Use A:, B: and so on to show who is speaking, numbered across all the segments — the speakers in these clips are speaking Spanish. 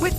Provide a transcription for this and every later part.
A: With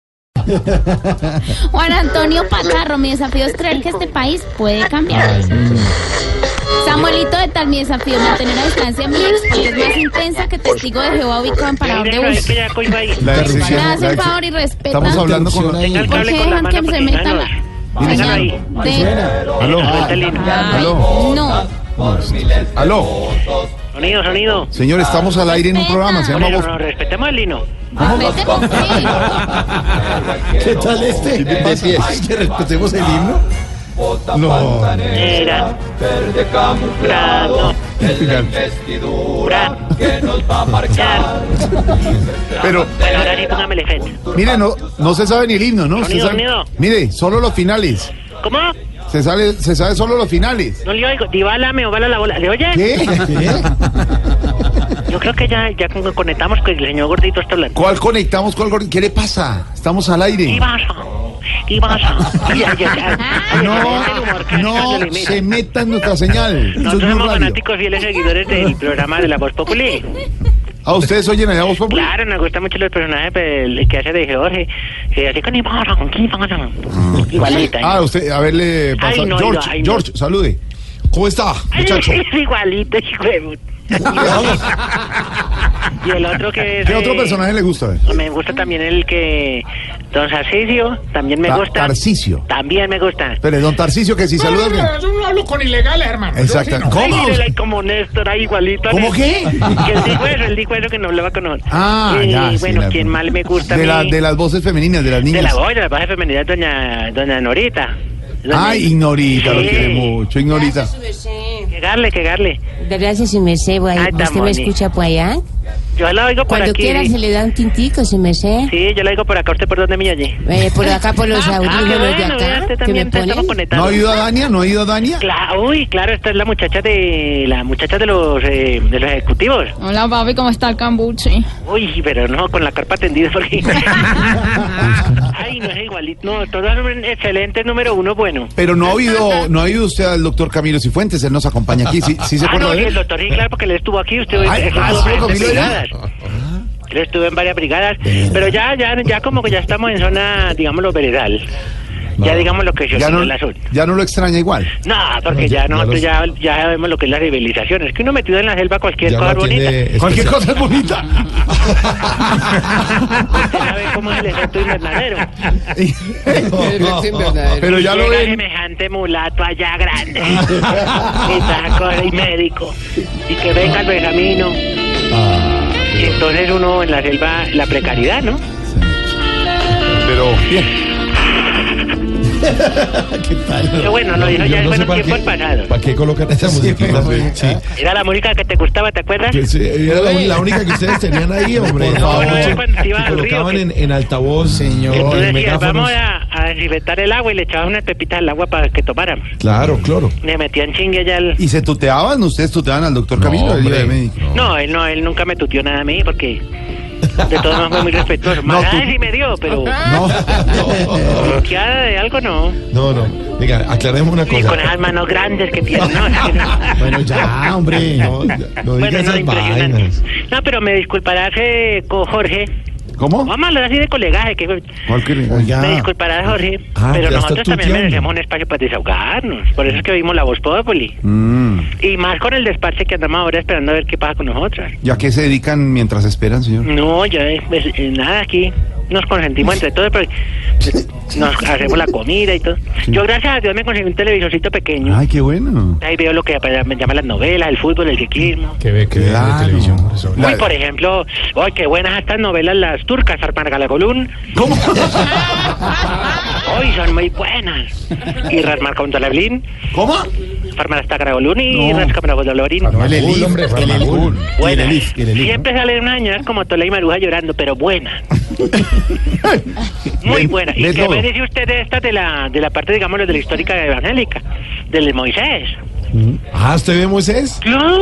B: Juan Antonio Pacarro, mi desafío es creer que este país puede cambiar. Samuelito de tal, mi desafío es mantener a distancia mi ex, porque es más intensa que testigo de Jehová ubicado en parador de bus.
C: que ya coiba ahí.
D: La
B: Me
D: decisión.
B: hace
D: la
B: un
D: ex-
B: favor y respeta.
D: Estamos hablando con
E: Atención ahí.
C: Tenga
D: la
C: el
B: ¿Por
C: cable
B: qué
C: con la
B: dejan
C: mano
B: que se
C: porque
B: meta
C: no,
B: la
C: Déjalo
B: señal
C: ahí.
B: de...
D: Aló.
C: Suelta el hilo.
D: Aló.
B: No.
D: Aló.
C: Sonido, sonido.
D: Señor, estamos al aire en un programa. Se llama
C: Bueno,
D: Voz.
C: no, respetemos el lino.
B: Vete con qué.
F: ¿Qué tal este?
D: que respetemos el himno? No.
C: Era. Prado. Prado. Char.
D: Pero,
C: Bueno, ahora sí póngame el efecto.
D: mire, no, no se sabe ni el himno, ¿no? Usted
C: Sonido,
D: sabe-
C: sonido.
D: Mire, solo los finales.
C: ¿Cómo?
D: Se, sale, se sabe solo los finales.
C: No le oigo. Dibala me bala la bola. ¿Le oye?
D: ¿Qué?
C: Yo creo que ya, ya con- conectamos con el señor gordito está hablando.
D: ¿Cuál conectamos? ¿Cuál gor- ¿Qué le pasa? Estamos al aire.
C: Ibasa. Ibasa. Ay, ay, ay,
B: Ah.
C: ay.
D: Ah, No,
C: Ese humor casi
D: no
C: cuando le mira.
D: se meta en nuestra señal. Esto
C: Nosotros
D: es Blue
C: somos
D: Radio.
C: fanáticos fieles seguidores del programa de La Voz Populi.
D: ¿A Ah, ustedes oyen allá Voz Populi?
C: Claro, nos gustan mucho los personajes pues, el que hace de George. Que hace con Ibasa, con Ibasa. Igualita.
D: Ah, usted, a ver, le pasa.
C: Ay, no,
D: George,
C: ay, no.
D: George, salude. ¿Cómo está, muchacho?
C: Es igualito, hijo de puta. Y el otro que es...
D: ¿Qué otro
C: eh,
D: personaje le gusta?
C: Me gusta también el que... Don Tarcisio, también me
D: Ta-
C: gusta.
D: Tarcisio.
C: También me gusta.
D: Pero don Tarcicio, que si saluda bien.
F: Yo no hablo con ilegales, hermano.
D: Exacto. ¿Cómo?
C: Ay, era como Néstor, ahí igualito. a
D: ¿Cómo
C: Néstor.
D: qué?
C: Que él dijo eso, él dijo eso que no hablaba con nosotros.
D: Ah,
C: Y
D: ya. sí,
C: bueno,
D: la-
C: quien mal me gusta
D: De,
C: a
D: la-
C: mí-
D: de las voces femeninas, de las
C: de
D: niñas.
C: la voz, de la voz de femenina, doña, doña Norita. Doña-
D: Ay, Ignorita, lo
C: Sí.
D: quiere mucho, Ignorita.
C: Quegarle, quegarle.
G: Gracias, su merced. Guay.
C: Ay, tan
G: ¿Usted me
C: bonito.
G: escucha por allá?
C: Yo la oigo por
G: Cuando
C: aquí.
G: quiera se le da un tintico, su merced.
C: Sí, yo la oigo por acá, usted por dónde me allí.
G: Eh, por acá, por los
C: Ah, qué
G: audífonos de
C: bueno, vea,
G: acá,
C: usted
G: que me
C: también está-
G: ponen.
C: estamos
D: ¿No ha
C: conectados.
D: oído a Dania? ¿No ha oído a Dania?
C: Cla- uy, claro, esta es la muchacha de la muchacha de los eh, de los ejecutivos.
B: Hola, papi, ¿cómo está el cambuche?
C: Uy, pero no con la carpa tendida porque. Ay, no es igualito. No, todos son excelentes número uno, bueno.
D: Pero no ha oído, no ha oído usted al doctor Camilo Cifuentes, él nos acompaña aquí. ¿Sí, sí se
C: Ah,
D: acuerda
C: no,
D: de
C: y el
D: él?
C: doctor, sí, claro, porque él estuvo aquí, usted
D: Ay,
C: estuvo
D: ah,
C: en
D: ¿estuvo
C: varias
D: Camilo allá?
C: brigadas.
D: Ah.
C: Él estuvo en varias brigadas, pero ya, ya, ya como que ya estamos en zona, digámoslo, veredal. Ya digamos lo que yo
D: Ya
C: soy
D: no,
C: el azul.
D: ya no lo extraña igual.
C: No, porque ya, nosotros ya, ya sabemos lo que es la civilización. Es que uno metido en la selva cualquier cosa bonita.
F: este
D: Cualquier cosa es bonita.
C: Usted sabe cómo es el efecto invernadero.
D: Pero ya lo
C: Llega
D: ven.
C: semejante mulato allá grande. y saco el médico. Y que venga el Benjamino.
D: Ah,
C: Y entonces uno en la selva, la precariedad, ¿no?
D: Pero bien.
C: Pero bueno, lo dijo ya en buenos tiempos pasados.
F: ¿Para qué colocan esa musiquita? Sí.
C: Era la música que te gustaba, ¿te acuerdas?
F: Pues, eh, Era la, la única que ustedes tenían ahí, hombre.
C: Por
F: No,
C: favor.
F: no,
C: Era cuando te ibas
F: que
C: al río,
F: colocaban
C: que-
F: en, en altavoz, señor.
C: Tú
F: en
C: decías,
F: megáfonos.
C: vamos a, a desinfectar el agua y le echabas unas pepitas al agua para que tomáramos.
F: Claro, claro.
C: Le metían chingue allá al...
D: ¿Y se tuteaban? ¿Ustedes tuteaban al doctor Camilo? Él iba de médico.
C: No, él no, él nunca me tuteó nada a mí porque de todos modos fue muy respetuoso.
D: No,
C: Más
D: tú-
C: sí me dio, pero
D: No.
C: bloqueada de algo no.
F: No, no. Venga, aclaremos una
C: Y
F: cosa.
C: con esas manos grandes que tiene. No, es que no.
F: Bueno, ya, hombre. No, ya, no
C: Bueno,
F: digas
C: no,
F: esas
C: impresionante.
F: vainas.
C: No, pero me disculparás, eh, co- Jorge.
D: ¿Cómo?
C: Vamos a hablar así de colegaje. Que...
D: ¿Cuál que-
F: Oiga.
C: Me disculparás, Jorge.
F: Ah,
C: pero
F: ya está
C: nosotros también
F: tuteando.
C: merecemos un espacio para desahogarnos. Por eso es que vimos la voz Populi.
D: Mm.
C: Y más con el despache que andamos ahora esperando a ver qué pasa con nosotros.
D: ¿Y a qué se dedican mientras esperan, señor?
C: No, yo, eh, pues, eh, nada, aquí nos consentimos entre todos, pero pues, nos hacemos la comida y todo. Yo, gracias a Dios, me conseguí un televisorcito pequeño.
D: Ay, qué bueno.
C: Ahí veo lo que me llaman las novelas, el fútbol, el ciclismo.
F: Que ve, que ve
D: Claro.
F: la Eh, televisión. por eso.
D: La-
C: Uy, por ejemplo, uy, qué buenas estas novelas las turcas, Rasmargalagolún.
D: ¿Cómo?
C: Hoy son muy buenas. Y Rasmarcondalablín.
D: ¿Cómo?
C: Parmalastagragoluni,
F: No.
C: Rascabragolorín.
F: No, el
D: Elif,
F: Elif, hombre,
D: el Elif.
F: Farmagul.
C: Buena.
F: El Elif, el Elif,
C: Siempre sale una ñas como Tola y Maruja llorando, pero buena. Muy
D: Ve-
C: buena.
D: ve
C: ¿Y qué
D: todo.
C: me dice usted de esta, de la, de la parte, digamos, de la histórica evangélica? Del Moisés.
F: Ah, ¿usted ve Moisés?
C: Claro.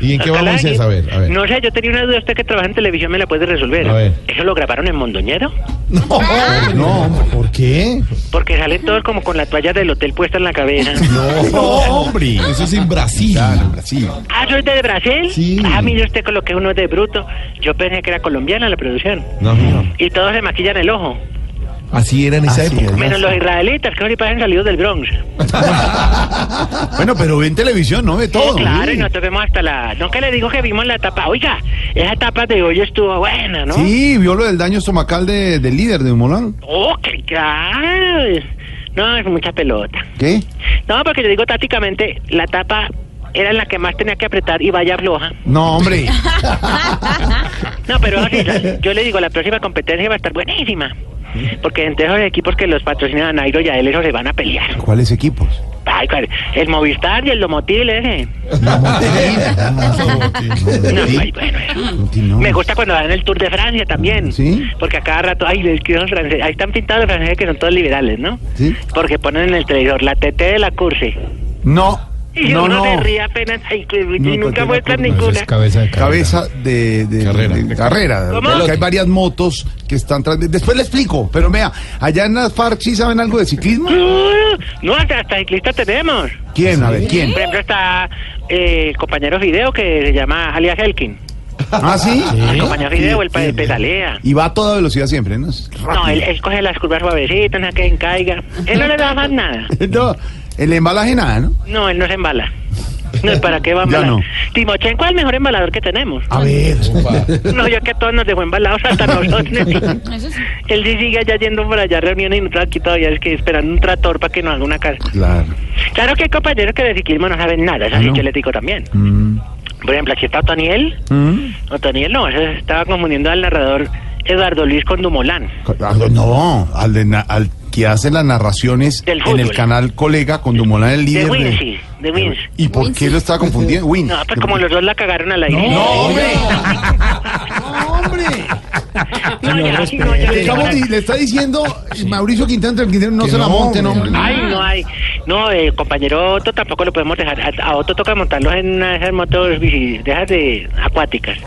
F: ¿Y en qué
C: Acá
F: va
C: la-
F: Moisés? A ver, a ver.
C: No sé, yo tenía una duda. Usted que trabaja en televisión me la puede resolver.
F: A ver.
C: ¿Eso lo grabaron en Mondoñero?
F: No, no, ¿por qué?
C: Porque salen todos como con la toalla del hotel puesta en la cabeza.
F: No, hombre. Eso es en Brasil. Brasil.
C: Ah, ¿soy de Brasil?
F: Sí.
C: Ah, mire usted con lo que uno es de bruto. Yo pensé que era colombiana la producción.
F: No, no.
C: Y todos se maquillan el ojo.
F: Así era en esa época.
C: Menos los israelitas, que ahorita han salido del Bronx.
D: Bueno, pero ve en televisión, ¿no? Ve todo.
C: Sí, claro, y nosotros vemos hasta la... No, que le digo que vimos la tapa. Oiga, esa tapa de hoy estuvo buena, ¿no?
D: Sí, vio lo del daño estomacal de- del líder de Molán.
C: Oh, qué claro. No, es mucha pelota.
D: ¿Qué?
C: No, porque yo digo tácticamente, la tapa era la que más tenía que apretar y vaya floja.
D: No, hombre.
C: No, pero eso sí, yo- yo le digo, la próxima competencia va a estar buenísima. Porque entre esos equipos que los patrocinan a Nairo y a él, esos se van a pelear.
D: ¿Cuáles equipos?
C: Ay, cuál- el Movistar y el Lomotil ese. No, ay, bueno, eso. Me gusta cuando dan el Tour de Francia también.
D: ¿Sí?
C: Porque a cada rato, ay, les quiero francés. Ahí están pintados los franceses que son todos liberales, ¿no?
D: Sí.
C: Porque ponen en el televisor la TT de la Curse.
D: No,
C: Y
D: no,
C: uno
D: no.
C: se ríe apenas, ay, que- y
D: No,
C: nunca
D: TT
C: muestran
F: No, eso
C: ninguna.
F: es cabeza de
D: Cabeza de, de-
F: Carrera.
D: de carrera.
C: ¿Cómo?
D: Porque hay varias motos que están tras. Después le explico, pero vea, allá en las FARC sí saben algo de ciclismo.
C: No, hasta, hasta ciclistas tenemos.
D: ¿Quién? A ver, ¿quién?
C: Por ejemplo, está eh, el compañero Fideo que se llama alias Helkin.
D: ¿Ah, sí?
C: El compañero Fideo, el pa- pedalea.
D: Y va a toda velocidad siempre, ¿no? Es
C: No, él,
D: Ah, rápido.
C: él coge las curvas suavecitas, no que caiga. Él no le da más nada.
D: No, el embalaje nada, ¿no?
C: No, él no se embala. No, ¿para qué va a
D: Ya
C: embalar?
D: no.
C: Timochenko es el mejor embalador que tenemos.
D: A ver.
C: No, yo que todos nos dejó embalados hasta nosotros.
B: Eso sí.
C: él sí sigue allá yendo por allá a reuniones y nosotros aquí todavía es que esperando un trator para que nos haga una casa.
D: Claro.
C: Claro que hay compañeros que de ciclismo no saben nada, eso
D: Ah,
C: sí
D: no.
C: yo les digo también.
D: Mm.
C: Por ejemplo, aquí está Otoniel.
D: Mm.
C: Otoniel no, se estaba confundiendo al narrador Eduardo Luis con Dumolán.
D: Ah, No, al, de na- al que hace las narraciones
C: Del
D: en el
C: fútbol.
D: canal Colega con Dumoulin, el
C: De
D: líder.
C: Wincy, de Wincy.
D: ¿Y por qué lo está confundiendo? Win.
C: No, pues como los dos la cagaron al aire.
D: No, hombre.
C: No, ya, sí, no, ya.
D: Le, estamos di- le está diciendo
C: Ah,
D: eh, Mauricio Quintana, el Quintero, no
F: Que
D: se la
F: no,
D: monten,
F: hombre.
D: hombre.
C: Ay, no hay. No, eh, compañero Otto tampoco lo podemos dejar. A, a Otto toca montarlos en una de esas motos bici, de esas de acuáticas.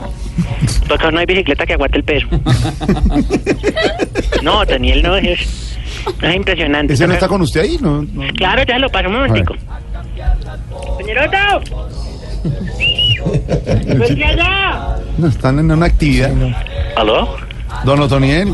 C: Porque no hay bicicleta que aguante el peso. No, Daniel no es. Es impresionante.
D: ¿Ese no está con usted ahí? No, no.
C: Claro, ya lo paso un momentico. Compañero Otto. Pues ¡Vete allá!
D: No, están en una actividad.
C: ¿Aló?
D: Don Otoniel,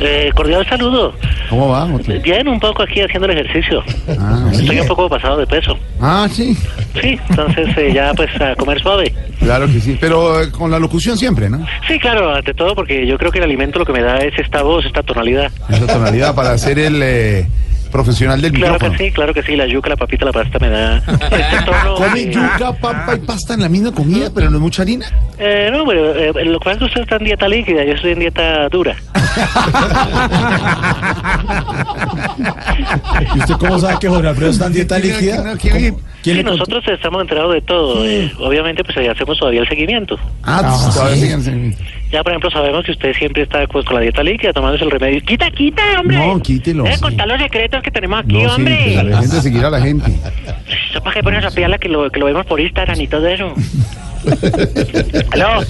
C: Eh, cordial saludo.
D: ¿cómo va? Otoniel?
C: Bien, un poco aquí haciendo el ejercicio.
D: Ah, sí.
C: Estoy un poco pasado de peso.
D: Ah, sí,
C: Sí, entonces eh, ya pues a comer suave.
D: claro que sí. Pero eh, con la locución siempre, ¿no?
C: Sí, claro, ante todo porque yo creo que el alimento lo que me da es esta voz, esta tonalidad.
D: Esa tonalidad para ser el eh, profesional del
C: Claro
D: micrófono.
C: que sí, claro que sí, la yuca, la papita, la pasta me da este tono.
D: Come
C: eh,
D: yuca, papa y pasta en la misma comida, pero no es mucha harina.
C: eh, no, pero eh, lo que pasa es que usted está en dieta líquida, yo estoy en dieta dura.
F: ¿Y usted cómo sabe que Jorge Alfredo está en dieta
D: ¿Quién-
F: líquida?
D: quién- quién-
F: ¿Cómo?
C: Sí,
F: le contó?
C: nosotros estamos enterados de todo. eh, obviamente pues ahí hacemos todavía el seguimiento.
D: Ah, pues, todavía siguen- siguen-
C: Ya, por ejemplo, sabemos que usted siempre está pues, con la dieta líquida tomándose el remedio. ¡Quita, quita, hombre!
D: No, quítelo,
C: Eh,
D: sí.
C: contá los secretos que tenemos aquí,
D: No, sí, que
C: hombre.
D: la gente seguirá a la gente.
C: Eso para que pones a pillarla que lo, que lo vemos por Instagram y todo eso. ¿Aló?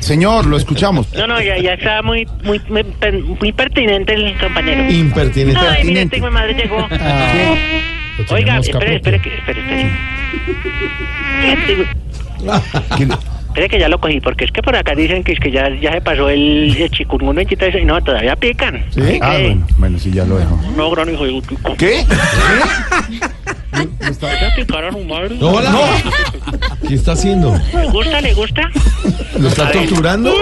D: Señor, lo escuchamos.
C: No, no, ya, ya está muy, muy, muy, per- muy pertinente el compañero.
F: Impertinente.
C: Ay, mire, tengo mi madre llegó.
F: Lo
C: Oiga,
F: tenemos
C: espere,
F: capote.
C: espere, que, espere, espere. Este,
D: ¿Quién-
C: Espere que ya lo cogí, porque es que por acá dicen que es que ya, ya se pasó el, el chikungunya y todo eso, y no, todavía pican. Así
D: Ah,
C: que-
D: bueno, bueno, sí, ya lo dejo.
C: No, gran hijo de puta.
D: ¿Qué?
C: Ya picaron a su madre.
F: Hola. ¿Qué está haciendo?
C: ¿Le gusta? ¿Le gusta?
F: ¿Lo está torturando?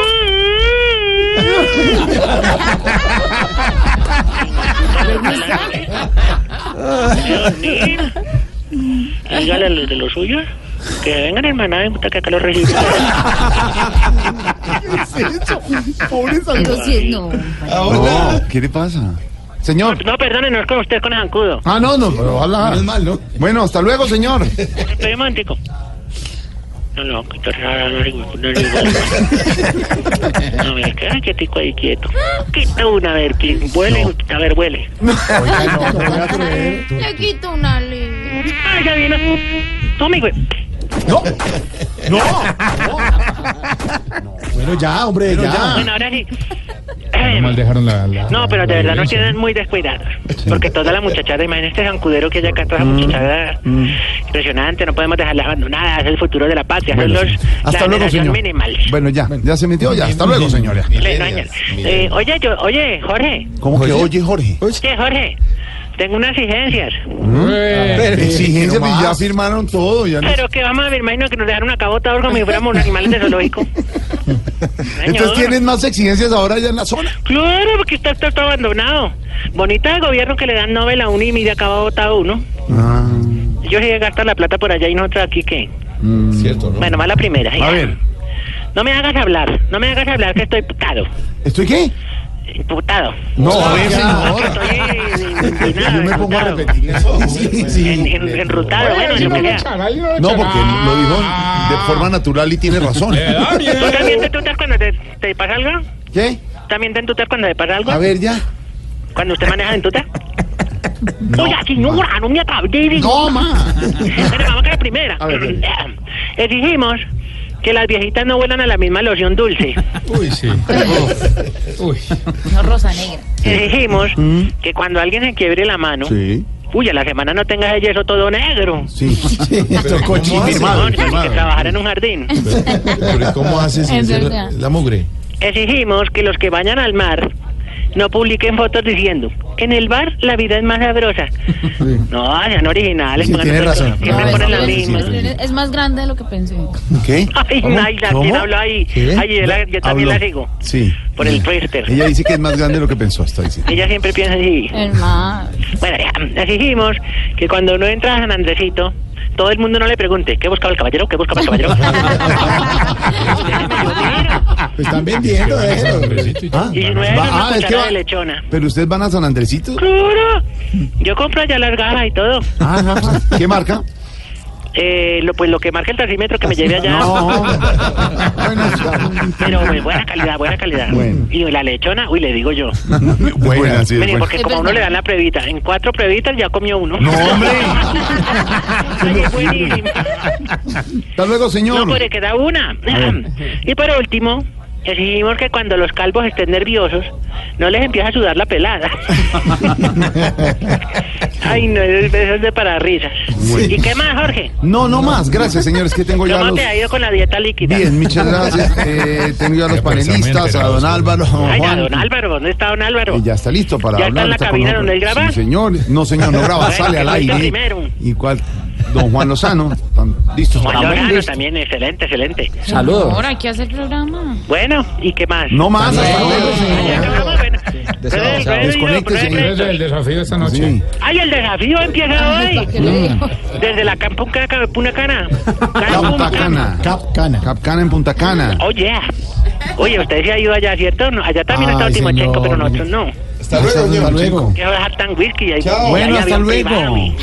C: Dios mío. Dígale a los de los suyos que vengan hermanadas puta que acá los reciben.
D: ¿Qué es eso? Pobre
B: Eso sí, no.
D: No, ¿qué le pasa? Señor.
C: No, perdone, no es con usted, con el zancudo.
D: Ah, no, no, pero ojalá.
F: Menos mal, ¿no?
D: Bueno, hasta luego, señor.
C: Estoy romántico. No, no, que esto es raro, no digo, no digo. No, mira, queda quietico ahí, quieto. Quita una, a ver, ¿quién? Huele, a ver, huele.
B: Le quito una ley.
C: Ay, Ah, ya viene. Tome, güey.
D: No, no.
F: Bueno, ya, hombre,
D: Ah.
F: ya.
C: Bueno, ahora sí.
F: Menos mal dejaron la. la-
C: No, pero
F: la
C: de verdad nos
F: violencia.
C: tienen muy descuidados. Porque toda la muchachada, imagínate este zancudero que hay acá,
D: Mm.
C: toda la muchachada impresionante, no podemos dejarla abandonada, es el futuro de la patria,
D: Bueno,
C: son los,
D: sí. Hasta
C: la
D: luego,
C: generación
D: señor.
C: minimal.
D: Bueno, ya, ya se metió, ya. Hasta luego, señores.
C: Le dañan. Eh, oye, yo, oye, Jorge,
D: ¿Cómo que oye, Jorge?
C: oye, Jorge, tengo unas exigencias.
D: Pero exigencias y ya firmaron todo. Ya no-
C: Pero que vamos a ver, imagino que nos dejaron una cabota o algo como si fuéramos unos animales de zoológico.
D: Entonces
C: Señor.
D: tienen más exigencias ahora ya en la zona.
C: Claro, porque está todo, todo abandonado. Bonita el gobierno que le dan novela a uno y mira acaba votado uno.
D: Ah.
C: Ellos sí gastan la plata por allá y nosotros aquí, ¿qué?
F: Cierto, ¿no?
C: Eh, Bueno, va la primera. ya.
D: A ver,
C: No me hagas hablar, no me hagas hablar que estoy putado.
D: ¿estoy qué? Ah,
C: Imputado.
D: No, a ver,
C: Que
D: señor.
C: Estoy eh, eh, nada,
D: Yo me pongo a
C: enrutado.
D: repetir eso.
C: En- en- enrutado, bueno, yo me
F: Ah,
D: No, porque lo dijo de forma natural y tiene razón.
C: ¿Tú también te entutas cuando te, te pasa algo?
D: ¿Qué?
C: ¿También te entutas cuando te pasa algo?
D: A ver, ya.
C: ¿Cuando usted maneja en tuta? Oye, señora, no me atraviese.
D: Toma.
C: Bueno, vamos con la primera.
D: A ver,
C: Exigimos que las viejitas no vuelan a la misma loción dulce.
F: Uy, sí. Uy.
B: No, rosa negra.
C: Exigimos que cuando alguien se quiebre la mano,
D: Mm. Sí.
C: uy, a la semana no tengas el yeso todo negro.
D: Sí. Pero
F: ¿cómo hace?
D: firmado,
C: Señor,
D: firmado.
C: que trabajar en un jardín.
F: Pero ¿cómo haces sin
B: Es
F: ser la,
B: verdad.
F: la mugre?
C: Exigimos que los que vayan al mar no publiquen fotos diciendo, en el bar la vida es más sabrosa. No, sean originales.
D: Sí,
C: pongan
D: tiene
C: otras
D: razón.
C: cosas.
B: No,
C: Siempre
B: es,
C: ponen las
B: es-
C: mismas.
B: es- es más grande de lo que pensé.
D: ¿Qué?
C: Ay,
D: ¿Cómo?
C: Naila, ¿quién
D: ¿Cómo?
C: habló ahí?
D: ¿Qué?
C: Ay, yo, la- yo también la
D: Habló.
C: sigo.
D: Sí.
C: Por el Twitter.
D: Ella dice que es más grande de lo que pensó hasta ahí. sí.
C: Ella siempre piensa así.
B: Hermano.
C: Bueno, ya, exigimos que cuando uno entra a San Andresito, todo el mundo no le pregunte, ¿qué buscaba el caballero? ¿Qué buscaba el caballero? Déjeme yo miro.
F: Pues Están vendiendo eh. eso.
D: Ah,
C: y si no es
D: va-
C: una
D: ah, es que
C: cucharada
D: va-
C: de lechona.
D: Pero ustedes van a San Andresito.
C: ¡Claro! Yo compro allá las garras y todo.
D: Ajá. "Ah, ¿Qué marca?
C: Eh, lo, pues lo que marca el taxímetro que me lleve allá.
D: No. Bueno, ya.
C: Pero pues, buena calidad, buena calidad.
D: Bueno.
C: Y la lechona, uy, le digo yo.
D: Buena, sí, es
C: Miren,
D: buena.
C: porque como a uno le dan la previta, en cuatro previtas ya comió uno.
D: No, hombre.
C: Ay, es buenísimo.
D: Hasta luego,
C: No,
D: señor.
C: pero queda una. Y por último, exigimos que cuando los calvos estén nerviosos, no les empieza a sudar la pelada. Ay, no, eso es de para risas.
D: Bueno.
C: ¿Y qué más, Jorge?
D: No, no más. Gracias, señores, que tengo ya
C: ¿Cómo
D: los...
C: te ha ido con la dieta líquida?
D: Bien, muchas gracias. Eh, tengo ya a los
F: Pero pues,
D: panelistas,
F: amén,
D: a don
F: pero-
D: Álvaro, a
C: Ay, ya,
D: Juan.
C: don Álvaro, ¿dónde está don Álvaro?
D: Y ya está listo para
C: ¿Ya está
D: hablar.
C: en la
D: con
C: cabina
D: nosotros.
C: donde él graba?
D: Sí, señor. No, señor, no graba,
C: Bueno,
D: sale al
C: que
D: aire.
C: listo primero.
D: ¿Y cuál? Don Juan Lozano. Están listos
C: Juan
D: para
C: Lozano
D: hablar.
C: también, excelente, excelente.
B: Ahora hay que hacer programa.
C: Bueno, ¿y qué más?
D: No más, hasta luego,
C: Ay, ya
D: señor.
C: acabamos, bueno. Entonces, bueno,
D: Desconecte,
C: yo,
D: señor.
C: profe,
F: desafío esta
D: Sí.
C: Ay, el desafío empieza hoy.
D: Mm.
C: Desde la Campunca Capuna Cana.
D: Punta Cana.
F: Capcana.
D: Capcana en Punta Cana.
C: Oye, Oh, oye, usted se ha ido allá, ¿cierto? No, Allá también está
D: Ay,
C: Timocheco,
D: señor.
C: pero nosotros no.
F: Hasta luego, hasta luego.
C: Que bajar tan whisky. Ahí,
F: Chao.
C: ahí
D: Bueno, hasta
C: avión
D: luego.
C: privado, y-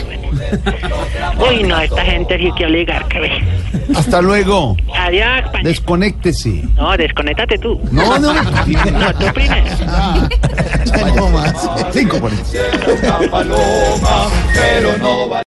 C: Uy, no, esta gente sí que oligarca. ve.
D: Hasta luego.
C: Adiós, España.
D: Desconéctese.
C: No, desconéctate tú.
D: No, no.
C: No, tú primero.
D: No más. Cinco por